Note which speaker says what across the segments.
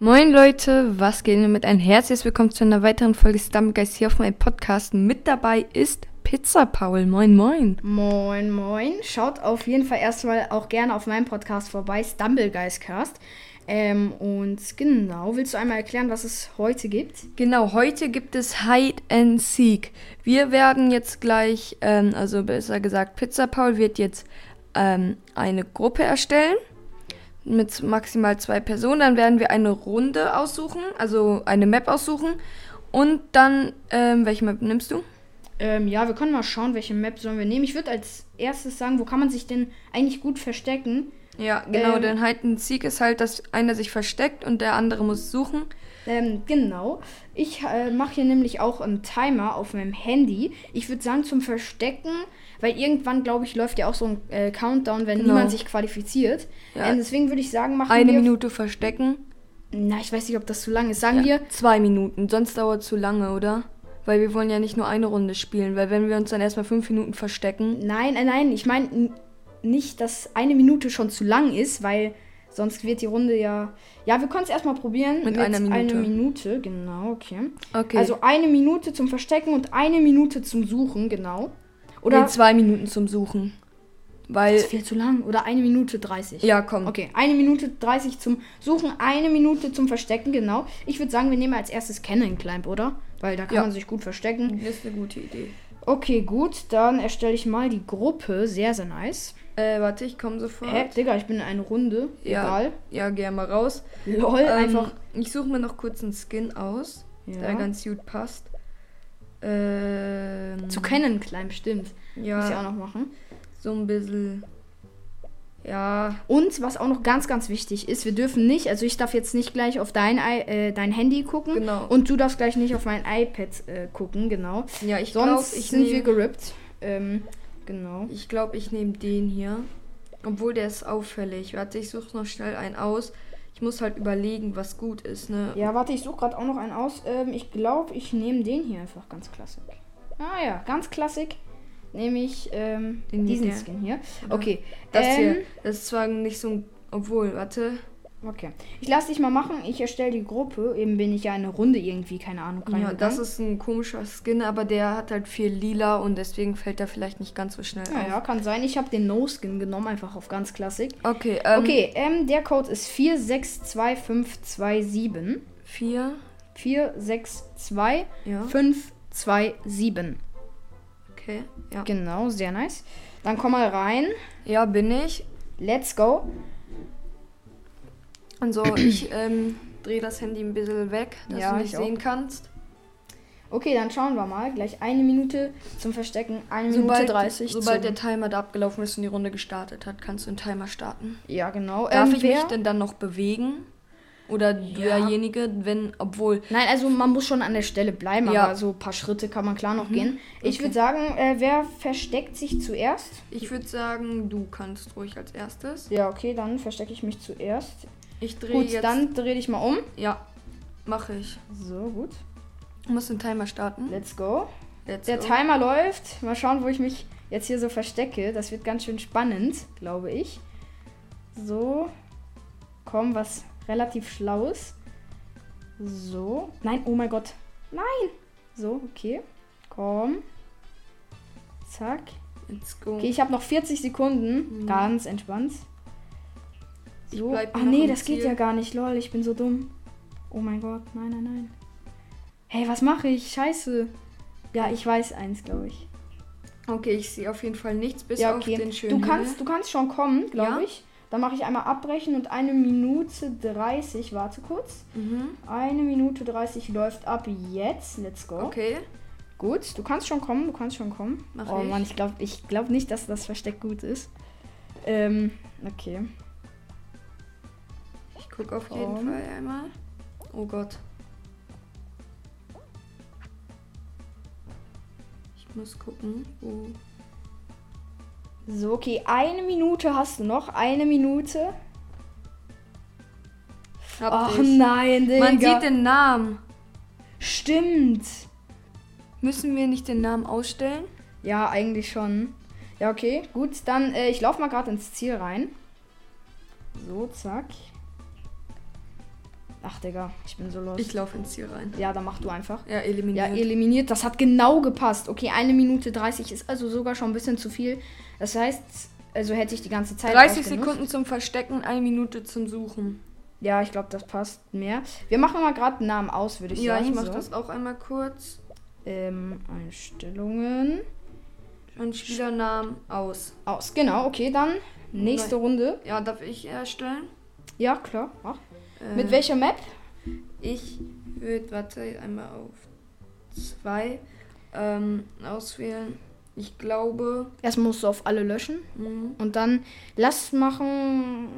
Speaker 1: Moin Leute, was geht denn mit ein Herz? Jetzt willkommen zu einer weiteren Folge Stammgeist hier auf meinem Podcast. Mit dabei ist Pizza Paul. Moin, moin.
Speaker 2: Moin, moin. Schaut auf jeden Fall erstmal auch gerne auf meinem Podcast vorbei, Stumblegeistcast. Ähm, und genau, willst du einmal erklären, was es heute gibt?
Speaker 1: Genau, heute gibt es Hide and Seek. Wir werden jetzt gleich, ähm, also besser gesagt, Pizza Paul wird jetzt ähm, eine Gruppe erstellen mit maximal zwei Personen. Dann werden wir eine Runde aussuchen, also eine Map aussuchen. Und dann, ähm, welche Map nimmst du?
Speaker 2: Ähm, ja, wir können mal schauen, welche Map sollen wir nehmen. Ich würde als erstes sagen, wo kann man sich denn eigentlich gut verstecken?
Speaker 1: Ja, genau,
Speaker 2: Ähm.
Speaker 1: denn Hide and Seek ist halt, dass einer sich versteckt und der andere muss suchen.
Speaker 2: Ähm, genau. Ich äh, mache hier nämlich auch einen Timer auf meinem Handy. Ich würde sagen zum Verstecken, weil irgendwann, glaube ich, läuft ja auch so ein äh, Countdown, wenn
Speaker 1: Genau.
Speaker 2: niemand sich qualifiziert.
Speaker 1: Ja.
Speaker 2: Ähm, deswegen würde ich sagen, machen
Speaker 1: Eine
Speaker 2: wir...
Speaker 1: Minute verstecken.
Speaker 2: Na, ich weiß nicht, ob das zu lang ist. Sagen wir,
Speaker 1: Zwei Minuten, sonst dauert zu lange, oder? Weil wir wollen ja nicht nur eine Runde spielen, weil wenn wir uns dann erstmal fünf Minuten verstecken.
Speaker 2: Nein, nein, nein, ich meine nicht, dass eine Minute schon zu lang ist, weil sonst wird die Runde ja. Ja, wir können es erstmal probieren.
Speaker 1: Mit einer Minute.
Speaker 2: Eine Minute, genau, okay.
Speaker 1: Okay.
Speaker 2: Also eine Minute zum Verstecken und eine Minute zum Suchen, genau.
Speaker 1: oder
Speaker 2: Oder.
Speaker 1: nee, zwei Minuten zum Suchen. Weil.
Speaker 2: das ist viel zu lang. Oder eine Minute 30.
Speaker 1: Ja, komm.
Speaker 2: Okay, eine Minute 30 zum Suchen, eine Minute zum Verstecken, genau. Ich würde sagen, wir nehmen als erstes Cannon Climb, oder? Weil da kann
Speaker 1: Ja.
Speaker 2: man sich gut verstecken.
Speaker 1: Das ist eine gute Idee.
Speaker 2: Okay, gut, dann erstelle ich mal die Gruppe. Sehr, sehr nice.
Speaker 1: Äh, warte, ich komme sofort.
Speaker 2: Hä, Digga, ich bin in eine Runde.
Speaker 1: Ja,
Speaker 2: Egal.
Speaker 1: ja, geh mal raus.
Speaker 2: LOL,
Speaker 1: Ähm,
Speaker 2: einfach.
Speaker 1: Ich suche mir noch kurz einen Skin aus,
Speaker 2: Ja.
Speaker 1: der ganz gut passt. Ähm,
Speaker 2: Zu Canon Climb, stimmt. Muss ich auch
Speaker 1: Ja,
Speaker 2: noch machen.
Speaker 1: so ein bisschen. Ja,
Speaker 2: Und was auch noch ganz, ganz wichtig ist, wir dürfen nicht, also ich darf jetzt nicht gleich auf dein, Ei- äh, dein Handy gucken.
Speaker 1: Genau.
Speaker 2: Und du darfst gleich nicht auf mein iPad äh, gucken, genau.
Speaker 1: ja, ich glaube,
Speaker 2: Sonst
Speaker 1: ich
Speaker 2: sind
Speaker 1: nehm-
Speaker 2: wir gerippt. Ähm, genau.
Speaker 1: Ich glaube, ich nehme den hier. Obwohl der ist auffällig. Warte, ich suche noch schnell einen aus. Ich muss halt überlegen, was gut ist, ne?
Speaker 2: Ja, warte, ich suche gerade auch noch einen aus. Ähm, ich glaube, ich nehme den hier einfach ganz klassisch. Ah ja, ganz klassisch. Nehme ich ähm,
Speaker 1: Den hier,
Speaker 2: diesen
Speaker 1: der.
Speaker 2: Skin hier.
Speaker 1: Oder?
Speaker 2: Okay.
Speaker 1: Das
Speaker 2: ähm,
Speaker 1: hier. Das ist zwar nicht so ein. Obwohl, warte.
Speaker 2: Okay. Ich lasse dich mal machen. Ich erstelle die Gruppe. Eben bin ich ja eine Runde irgendwie, keine Ahnung.
Speaker 1: Ja,
Speaker 2: reingegangen.
Speaker 1: das ist ein komischer Skin, aber der hat halt viel lila und deswegen fällt er vielleicht nicht ganz so schnell
Speaker 2: Ah, Ja,
Speaker 1: auf.
Speaker 2: ja, kann sein. Ich habe den No-Skin genommen, einfach auf ganz Klassik.
Speaker 1: Okay, ähm.
Speaker 2: Okay, ähm, der Code ist 462527.
Speaker 1: Vier.
Speaker 2: 462527.
Speaker 1: Ja. Okay. Ja.
Speaker 2: Genau, sehr nice. Dann komm mal rein.
Speaker 1: Ja, bin ich.
Speaker 2: Let's go.
Speaker 1: Und so, ich ähm, drehe das Handy ein bisschen weg, dass
Speaker 2: Ja,
Speaker 1: du mich
Speaker 2: ich auch.
Speaker 1: sehen kannst.
Speaker 2: Okay, dann schauen wir mal. Gleich eine Minute zum Verstecken, eine Minute 30.
Speaker 1: Mhm. sobald der
Speaker 2: zum,
Speaker 1: Timer da abgelaufen ist und die Runde gestartet hat, kannst du einen Timer starten.
Speaker 2: ja, genau.
Speaker 1: Darf
Speaker 2: Ähm,
Speaker 1: ich
Speaker 2: wer-
Speaker 1: mich denn dann noch bewegen? Oder
Speaker 2: Ja.
Speaker 1: derjenige, wenn, obwohl.
Speaker 2: Nein, also man muss schon an der Stelle bleiben,
Speaker 1: Ja. Mhm.
Speaker 2: aber so ein paar Schritte kann man klar noch gehen. Ich
Speaker 1: Okay.
Speaker 2: würde sagen, äh, wer versteckt sich zuerst?
Speaker 1: Ich würde sagen, du kannst ruhig als erstes.
Speaker 2: Ja, okay, dann verstecke ich mich zuerst.
Speaker 1: Ich drehe
Speaker 2: Gut,
Speaker 1: jetzt.
Speaker 2: dann dreh dich mal um.
Speaker 1: Ja, mache ich.
Speaker 2: So, gut.
Speaker 1: Du musst den Timer starten.
Speaker 2: Let's go.
Speaker 1: Let's
Speaker 2: Der
Speaker 1: go.
Speaker 2: Timer läuft. Mal schauen, wo ich mich jetzt hier so verstecke. Das wird ganz schön spannend, glaube ich. So. Komm, was relativ Schlaues. So. Nein, oh mein Gott. Nein. So, okay. Komm. Zack.
Speaker 1: Let's go.
Speaker 2: Okay, ich habe noch 40 Sekunden. Ganz entspannt.
Speaker 1: Mhm. Ich
Speaker 2: So.
Speaker 1: bleib
Speaker 2: Ach
Speaker 1: hier noch
Speaker 2: nee,
Speaker 1: im
Speaker 2: das geht
Speaker 1: Ziel.
Speaker 2: ja gar nicht. Lol, ich bin so dumm. Oh mein Gott, nein, nein, nein. Hey, was mache ich? Scheiße. Ja, ich weiß eins, glaube ich.
Speaker 1: Okay, ich sehe auf jeden Fall nichts bis
Speaker 2: ja,
Speaker 1: auf
Speaker 2: okay.
Speaker 1: den schönen
Speaker 2: Du kannst,
Speaker 1: Himmel.
Speaker 2: du kannst schon kommen, glaube
Speaker 1: Ja?
Speaker 2: ich. Dann mache ich einmal abbrechen und eine Minute 30. Warte kurz.
Speaker 1: Mhm.
Speaker 2: Eine Minute 30 läuft ab jetzt. Let's go.
Speaker 1: Okay.
Speaker 2: Gut, du kannst schon kommen, du kannst schon kommen.
Speaker 1: Mach
Speaker 2: oh
Speaker 1: ich.
Speaker 2: Mann, ich glaube ich glaub nicht, dass das Versteck gut ist. Ähm, okay.
Speaker 1: Ich gucke auf jeden
Speaker 2: Komm.
Speaker 1: Fall einmal. Oh Gott. Ich muss gucken. Oh.
Speaker 2: So, okay, eine Minute hast du noch. Eine Minute.
Speaker 1: Hab
Speaker 2: Ach
Speaker 1: dich.
Speaker 2: nein, Digga.
Speaker 1: Man sieht den Namen.
Speaker 2: Stimmt.
Speaker 1: Müssen wir nicht den Namen ausstellen?
Speaker 2: Ja, eigentlich schon. Ja, okay. Gut, dann, äh, ich laufe mal gerade ins Ziel rein. So, zack. Ach, Digga, ich bin so los.
Speaker 1: Ich laufe ins Ziel rein.
Speaker 2: ja, dann mach du einfach.
Speaker 1: Ja,
Speaker 2: Ja,
Speaker 1: eliminiert.
Speaker 2: eliminiert. Das hat genau gepasst. Okay, eine Minute 30 ist also sogar schon ein bisschen zu viel. Das heißt, also hätte ich die ganze Zeit.
Speaker 1: 30
Speaker 2: Halt ausgenutzt.
Speaker 1: Sekunden zum Verstecken, eine Minute zum Suchen.
Speaker 2: Ja, ich glaube, das passt mehr. Wir machen mal gerade einen Namen aus, würde ich
Speaker 1: ja,
Speaker 2: sagen.
Speaker 1: ich mache
Speaker 2: so.
Speaker 1: das auch einmal kurz.
Speaker 2: Ähm, Einstellungen.
Speaker 1: Und Spielernamen aus.
Speaker 2: Aus. Genau, okay, dann nächste Runde.
Speaker 1: Ja, darf ich erstellen?
Speaker 2: Ja, klar. Mach.
Speaker 1: Äh,
Speaker 2: Mit welcher Map?
Speaker 1: Ich würde, warte, einmal auf zwei ähm, auswählen. Ich glaube, hm,
Speaker 2: Erstmal musst du auf alle löschen.
Speaker 1: mh,
Speaker 2: Und dann lass machen.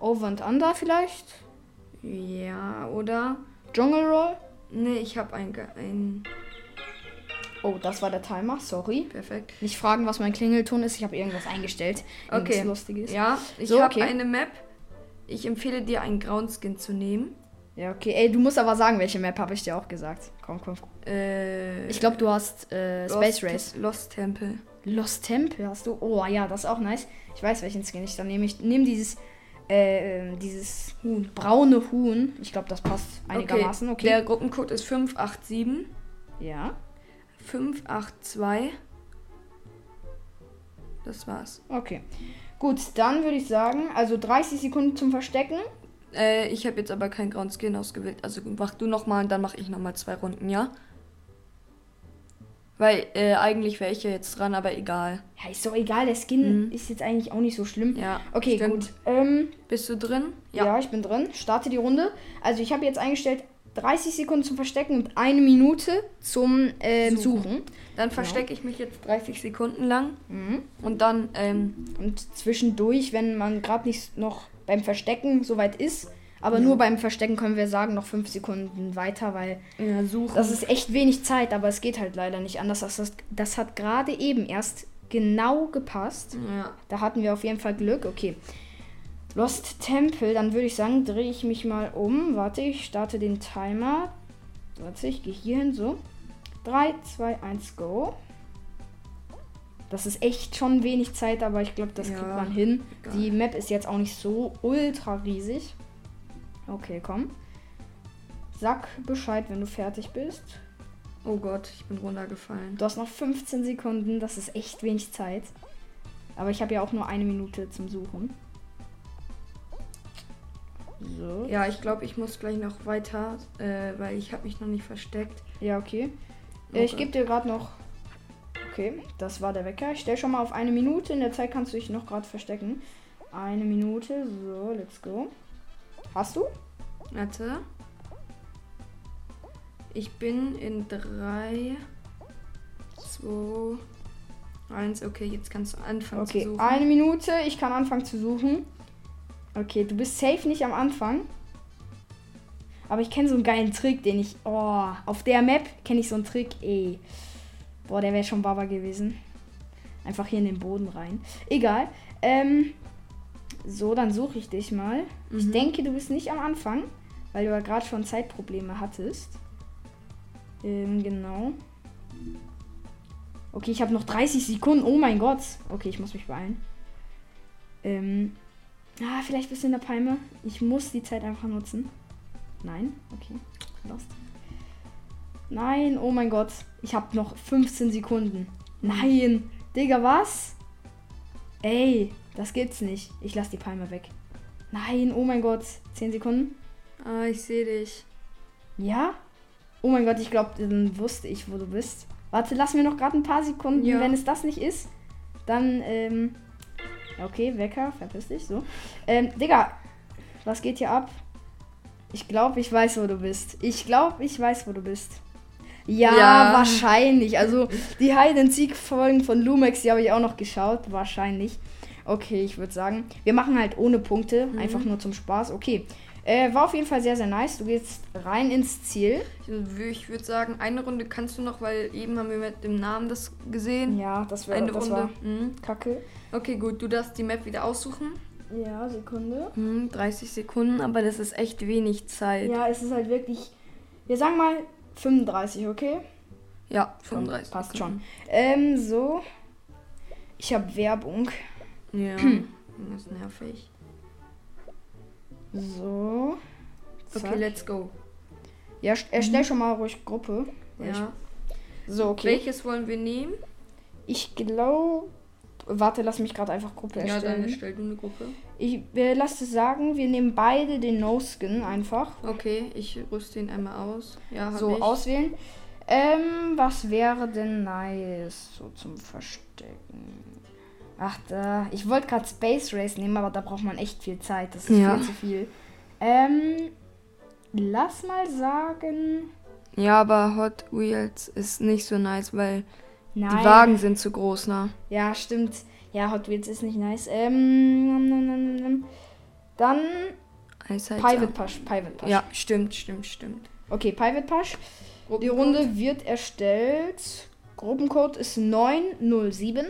Speaker 2: Over and Under vielleicht?
Speaker 1: ja, oder?
Speaker 2: Jungle Roll?
Speaker 1: Nee, ich habe einen, einen.
Speaker 2: Oh, das war der Timer, sorry.
Speaker 1: Perfekt.
Speaker 2: Nicht fragen, was mein Klingelton ist. Ich habe irgendwas eingestellt. Irgendwas
Speaker 1: Okay.
Speaker 2: Lustiges.
Speaker 1: Ja, ich
Speaker 2: So,
Speaker 1: habe
Speaker 2: okay.
Speaker 1: eine Map. Ich empfehle dir, einen grauen Skin zu nehmen.
Speaker 2: Ja, okay. Ey, du musst aber sagen, welche Map habe ich dir auch gesagt. Komm, komm.
Speaker 1: Äh,
Speaker 2: Ich glaube, du hast äh,
Speaker 1: Lost
Speaker 2: Space Race.
Speaker 1: Lost Temple.
Speaker 2: Lost Temple hast du. Oh ja, das ist auch nice. Ich weiß, welchen Skin ich dann nehme. Ich nehme dieses, äh, dieses
Speaker 1: Huhn.
Speaker 2: braune Huhn. Ich glaube, das passt einigermaßen. Okay.
Speaker 1: Der Gruppencode ist 587
Speaker 2: Ja.
Speaker 1: 582. Das war's.
Speaker 2: Okay. Gut, dann würde ich sagen, also 30 Sekunden zum Verstecken.
Speaker 1: Äh, ich habe jetzt aber keinen Ground Skin ausgewählt. Also mach du nochmal und dann mache ich nochmal zwei Runden, ja? Weil äh, eigentlich wäre ich ja jetzt dran, aber egal.
Speaker 2: Ja, ist doch egal. Der Skin
Speaker 1: Mhm.
Speaker 2: ist jetzt eigentlich auch nicht so schlimm.
Speaker 1: Ja.
Speaker 2: Okay,
Speaker 1: stimmt.
Speaker 2: gut. Ähm,
Speaker 1: Bist du drin?
Speaker 2: Ja. ich bin drin. Starte die Runde. Also ich habe jetzt eingestellt 30 Sekunden zum Verstecken und eine Minute zum ähm,
Speaker 1: Suchen.
Speaker 2: Suchen.
Speaker 1: Dann verstecke ich mich jetzt 30 Sekunden lang
Speaker 2: Mhm.
Speaker 1: und dann, ähm,
Speaker 2: Und zwischendurch, wenn man gerade nicht noch beim Verstecken soweit ist, aber nur beim Verstecken können wir sagen, noch 5 Sekunden weiter, weil
Speaker 1: ja, suchen.
Speaker 2: das ist echt wenig Zeit, aber es geht halt leider nicht anders. Das, das, das hat gerade eben erst genau gepasst.
Speaker 1: ja.
Speaker 2: Da hatten wir auf jeden Fall Glück. Okay. Lost Temple, dann würde ich sagen, drehe ich mich mal um. Warte, ich starte den Timer. Warte, ich gehe hier hin, so. 3, 2, 1, go. Das ist echt schon wenig Zeit, aber ich glaube, das
Speaker 1: Ja,
Speaker 2: kriegt man hin.
Speaker 1: egal.
Speaker 2: Die Map ist jetzt auch nicht so ultra riesig. Okay, komm. Sag Bescheid, wenn du fertig bist.
Speaker 1: Oh Gott, ich bin runtergefallen.
Speaker 2: Du hast noch 15 Sekunden, das ist echt wenig Zeit. Aber ich habe ja auch nur eine Minute zum Suchen. So.
Speaker 1: Ja, ich glaube, ich muss gleich noch weiter, äh, weil ich habe mich noch nicht versteckt.
Speaker 2: Ja, okay. Äh, Ich
Speaker 1: Okay.
Speaker 2: gebe dir gerade noch. Okay, das war der Wecker. Ich stell schon mal auf eine Minute. In der Zeit kannst du dich noch gerade verstecken. Eine Minute. So, let's go. Hast du?
Speaker 1: Warte. Ich bin in 3, 2, 1. Okay, jetzt kannst du anfangen
Speaker 2: Okay,
Speaker 1: zu suchen.
Speaker 2: eine Minute. Ich kann anfangen zu suchen. Okay, du bist safe nicht am Anfang. Aber ich kenne so einen geilen Trick, den ich. Oh, auf der Map kenne ich so einen Trick. Ey. Boah, der wäre schon Baba gewesen. Einfach hier in den Boden rein. Egal. Ähm, so, dann suche ich dich mal. Ich
Speaker 1: Mhm.
Speaker 2: denke, du bist nicht am Anfang, weil du ja gerade schon Zeitprobleme hattest. Ähm, genau. Okay, ich habe noch 30 Sekunden. Oh mein Gott. Okay, ich muss mich beeilen. Ähm. Ah, vielleicht bist du in der Palme. Ich muss die Zeit einfach nutzen. Nein? Okay. Lost. Nein, oh mein Gott. Ich habe noch 15 Sekunden. Nein. Digga, was? Ey, das gibt's nicht. Ich lasse die Palme weg. Nein, oh mein Gott. 10 Sekunden.
Speaker 1: Ah, ich sehe dich.
Speaker 2: Ja? Oh mein Gott, ich glaube, dann wusste ich, wo du bist. Warte, lass mir noch gerade ein paar Sekunden.
Speaker 1: Ja.
Speaker 2: Wenn es das nicht ist, dann, ähm. Okay, Wecker, verpiss dich, so. Ähm, Digga, was geht hier ab? Ich glaube, ich weiß, wo du bist. Ich glaube, ich weiß, wo du bist. Ja,
Speaker 1: Ja.
Speaker 2: wahrscheinlich. Also, die Hide-and-Seek-Folgen von Lumex, die habe ich auch noch geschaut. Wahrscheinlich. Okay, ich würde sagen, wir machen halt ohne Punkte,
Speaker 1: Mhm.
Speaker 2: einfach nur zum Spaß. Okay, äh, war auf jeden Fall sehr, sehr nice. Du gehst rein ins Ziel.
Speaker 1: Ich würde sagen, eine Runde kannst du noch, weil eben haben wir mit dem Namen das gesehen.
Speaker 2: Ja, das war,
Speaker 1: eine
Speaker 2: das
Speaker 1: Runde.
Speaker 2: war
Speaker 1: Mhm.
Speaker 2: kacke.
Speaker 1: Okay, gut, du darfst die Map wieder aussuchen.
Speaker 2: Ja, Sekunde.
Speaker 1: Hm, 30 Sekunden, aber das ist echt wenig Zeit.
Speaker 2: Ja, es ist halt wirklich, wir sagen mal 35, okay?
Speaker 1: Ja, 35.
Speaker 2: Passt schon.
Speaker 1: Sekunden.
Speaker 2: Ähm, so. Ich habe Werbung.
Speaker 1: Ja, das ist nervig.
Speaker 2: So.
Speaker 1: Okay,
Speaker 2: Zack.
Speaker 1: let's go.
Speaker 2: Ja, st- erstell schon mal ruhig Gruppe. weil
Speaker 1: Ja.
Speaker 2: Ich, so, okay.
Speaker 1: Welches wollen wir nehmen?
Speaker 2: Ich glaube. Warte, lass mich gerade einfach Gruppe
Speaker 1: Ja, dann
Speaker 2: erstellen.
Speaker 1: erstell du eine Gruppe.
Speaker 2: ich äh, lass es sagen, wir nehmen beide den No-Skin einfach.
Speaker 1: Okay, ich rüste ihn einmal aus. Ja, hab
Speaker 2: so
Speaker 1: ich.
Speaker 2: auswählen. Ähm, was wäre denn nice so zum Verstecken? Ach da, ich wollte gerade Space Race nehmen, aber da braucht man echt viel Zeit. Das ist
Speaker 1: Ja.
Speaker 2: viel zu viel. Ähm, lass mal sagen.
Speaker 1: Ja, aber Hot Wheels ist nicht so nice, weil
Speaker 2: Nein.
Speaker 1: die Wagen sind zu groß, ne?
Speaker 2: Ja, stimmt. Ja, Hot Wheels ist nicht nice. Ähm, nom, nom, nom, nom. dann
Speaker 1: Eis heißt
Speaker 2: Private
Speaker 1: ab.
Speaker 2: Push. Private Push.
Speaker 1: Ja, stimmt, stimmt, stimmt.
Speaker 2: Okay, Private Push. Die Runde wird erstellt. Gruppencode ist 907.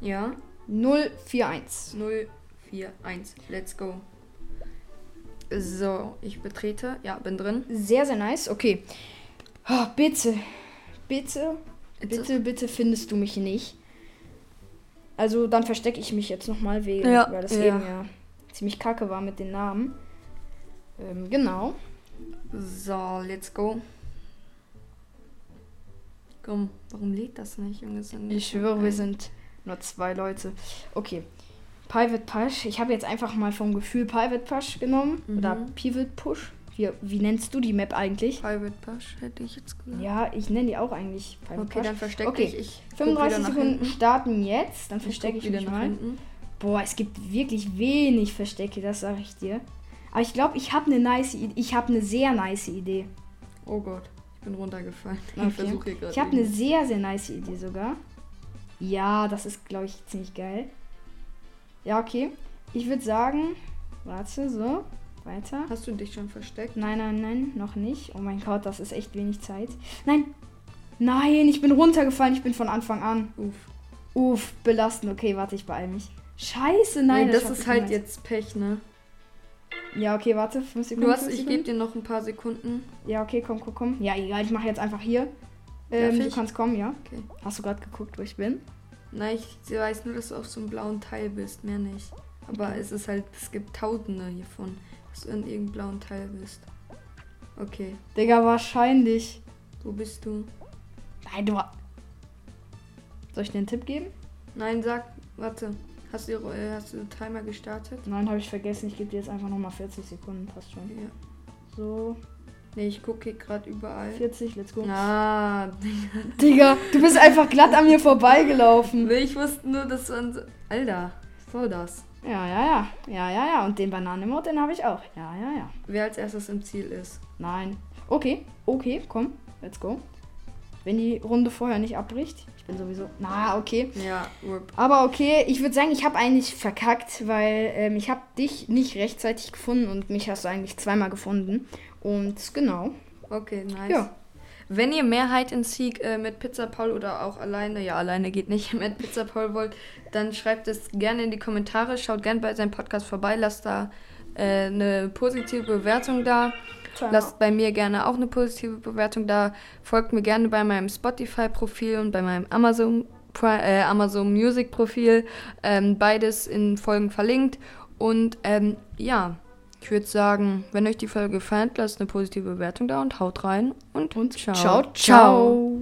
Speaker 1: Ja,
Speaker 2: 041.
Speaker 1: 041. Let's go. So, ich betrete. Ja, bin drin.
Speaker 2: Sehr, sehr nice. Okay. Ah, bitte. Bitte, bitte, bitte findest du mich nicht. Also dann verstecke ich mich jetzt nochmal wegen,
Speaker 1: Ja,
Speaker 2: weil das
Speaker 1: ja.
Speaker 2: eben ja ziemlich kacke war mit den Namen. Ähm, genau.
Speaker 1: So, let's go. Komm, warum lädt das nicht, Junge? Ist ja nicht
Speaker 2: Ich schwöre, wir
Speaker 1: ein-
Speaker 2: sind nur zwei Leute. Okay. Private Push. Ich habe jetzt einfach mal vom Gefühl Private Push genommen.
Speaker 1: Mhm.
Speaker 2: Oder Pivot Push. Wie, wie nennst du die Map eigentlich?
Speaker 1: Private Push hätte ich jetzt gesagt.
Speaker 2: Ja, ich nenne die auch eigentlich Private
Speaker 1: Okay, dann verstecke
Speaker 2: Okay.
Speaker 1: ich. ich guck wieder
Speaker 2: 35
Speaker 1: nach
Speaker 2: Sekunden
Speaker 1: hinten.
Speaker 2: starten jetzt, dann
Speaker 1: Ich
Speaker 2: verstecke
Speaker 1: guck
Speaker 2: ich, mich
Speaker 1: wieder nach
Speaker 2: mal.
Speaker 1: hinten.
Speaker 2: Boah, es gibt wirklich wenig Verstecke, das sage ich dir. Aber ich glaube, ich habe eine nice Idee. Ich habe eine sehr nice Idee.
Speaker 1: Oh Gott, ich bin runtergefallen.
Speaker 2: Okay.
Speaker 1: Ich versuche hier gerade.
Speaker 2: Ich ne habe eine
Speaker 1: irgendwie-
Speaker 2: sehr, sehr nice Idee sogar. Ja, das ist, glaube ich, ziemlich geil. Ja, okay. Ich würde sagen, warte, so, weiter.
Speaker 1: Hast du dich schon versteckt?
Speaker 2: Nein, nein, nein, noch nicht. Oh mein Gott, das ist echt wenig Zeit. Nein, nein, ich bin runtergefallen. Ich bin von Anfang an.
Speaker 1: Uff.
Speaker 2: Uff, belastend. Okay, warte, ich beeil mich. Scheiße, nein.
Speaker 1: Nein, das,
Speaker 2: schaff ich
Speaker 1: ist halt
Speaker 2: niemals.
Speaker 1: jetzt Pech, ne?
Speaker 2: Ja, okay, warte, 5 Sekunden.
Speaker 1: Du hast,
Speaker 2: fünf
Speaker 1: ich gebe
Speaker 2: Sekunden.
Speaker 1: dir noch ein paar Sekunden.
Speaker 2: Ja, okay, komm, komm, komm. Ja, egal, ich mache jetzt einfach hier. Ähm,
Speaker 1: Darf
Speaker 2: du
Speaker 1: ich?
Speaker 2: kannst kommen, ja.
Speaker 1: Okay.
Speaker 2: Hast du gerade geguckt, wo ich bin?
Speaker 1: Nein, ich sie weiß nur, dass du auf so einem blauen Teil bist, mehr nicht. Aber es ist halt, es gibt Tausende hiervon, dass du in irgendeinem blauen Teil bist. Okay,
Speaker 2: Digga, wahrscheinlich.
Speaker 1: wo bist du?
Speaker 2: Nein, du. ha- Soll ich dir einen Tipp geben?
Speaker 1: Nein, sag, warte. Hast du, ihre- äh, hast du den Timer gestartet?
Speaker 2: Nein, habe ich vergessen. Ich gebe dir jetzt einfach nochmal 40 Sekunden. Passt schon.
Speaker 1: Ja.
Speaker 2: So,
Speaker 1: Nee, ich gucke hier gerade überall.
Speaker 2: 40, let's go.
Speaker 1: Ah,
Speaker 2: Digga, du bist einfach glatt an mir vorbeigelaufen.
Speaker 1: nee, ich wusste nur, dass du an so- Alter, was soll das?
Speaker 2: Ja, ja, ja. Ja, ja, ja. Und den Bananenmod, den habe ich auch. Ja, ja, ja.
Speaker 1: Wer als erstes im Ziel ist.
Speaker 2: Nein. Okay, okay, komm. Let's go. Wenn die Runde vorher nicht abbricht. Ich bin sowieso. Na, okay.
Speaker 1: Ja, Urb.
Speaker 2: Aber okay, ich würde sagen, ich habe eigentlich verkackt, weil ähm, ich habe dich nicht rechtzeitig gefunden und mich hast du eigentlich zweimal gefunden. Und genau.
Speaker 1: Okay, nice.
Speaker 2: Ja.
Speaker 1: Wenn ihr Mehrheit in Sieg äh, mit Pizza Paul oder auch alleine, ja, alleine geht nicht, mit Pizza Paul wollt, dann schreibt es gerne in die Kommentare. Schaut gerne bei seinem Podcast vorbei. Lasst da äh, eine positive Bewertung da.
Speaker 2: genau.
Speaker 1: Lasst bei mir gerne auch eine positive Bewertung da. Folgt mir gerne bei meinem Spotify-Profil und bei meinem Amazon, Pri- äh, Amazon Music-Profil. Ähm, beides in Folgen verlinkt. Und ähm, ja, ich würde sagen, wenn euch die Folge gefällt, lasst eine positive Bewertung da und haut rein. Und, und
Speaker 2: Ciao, ciao.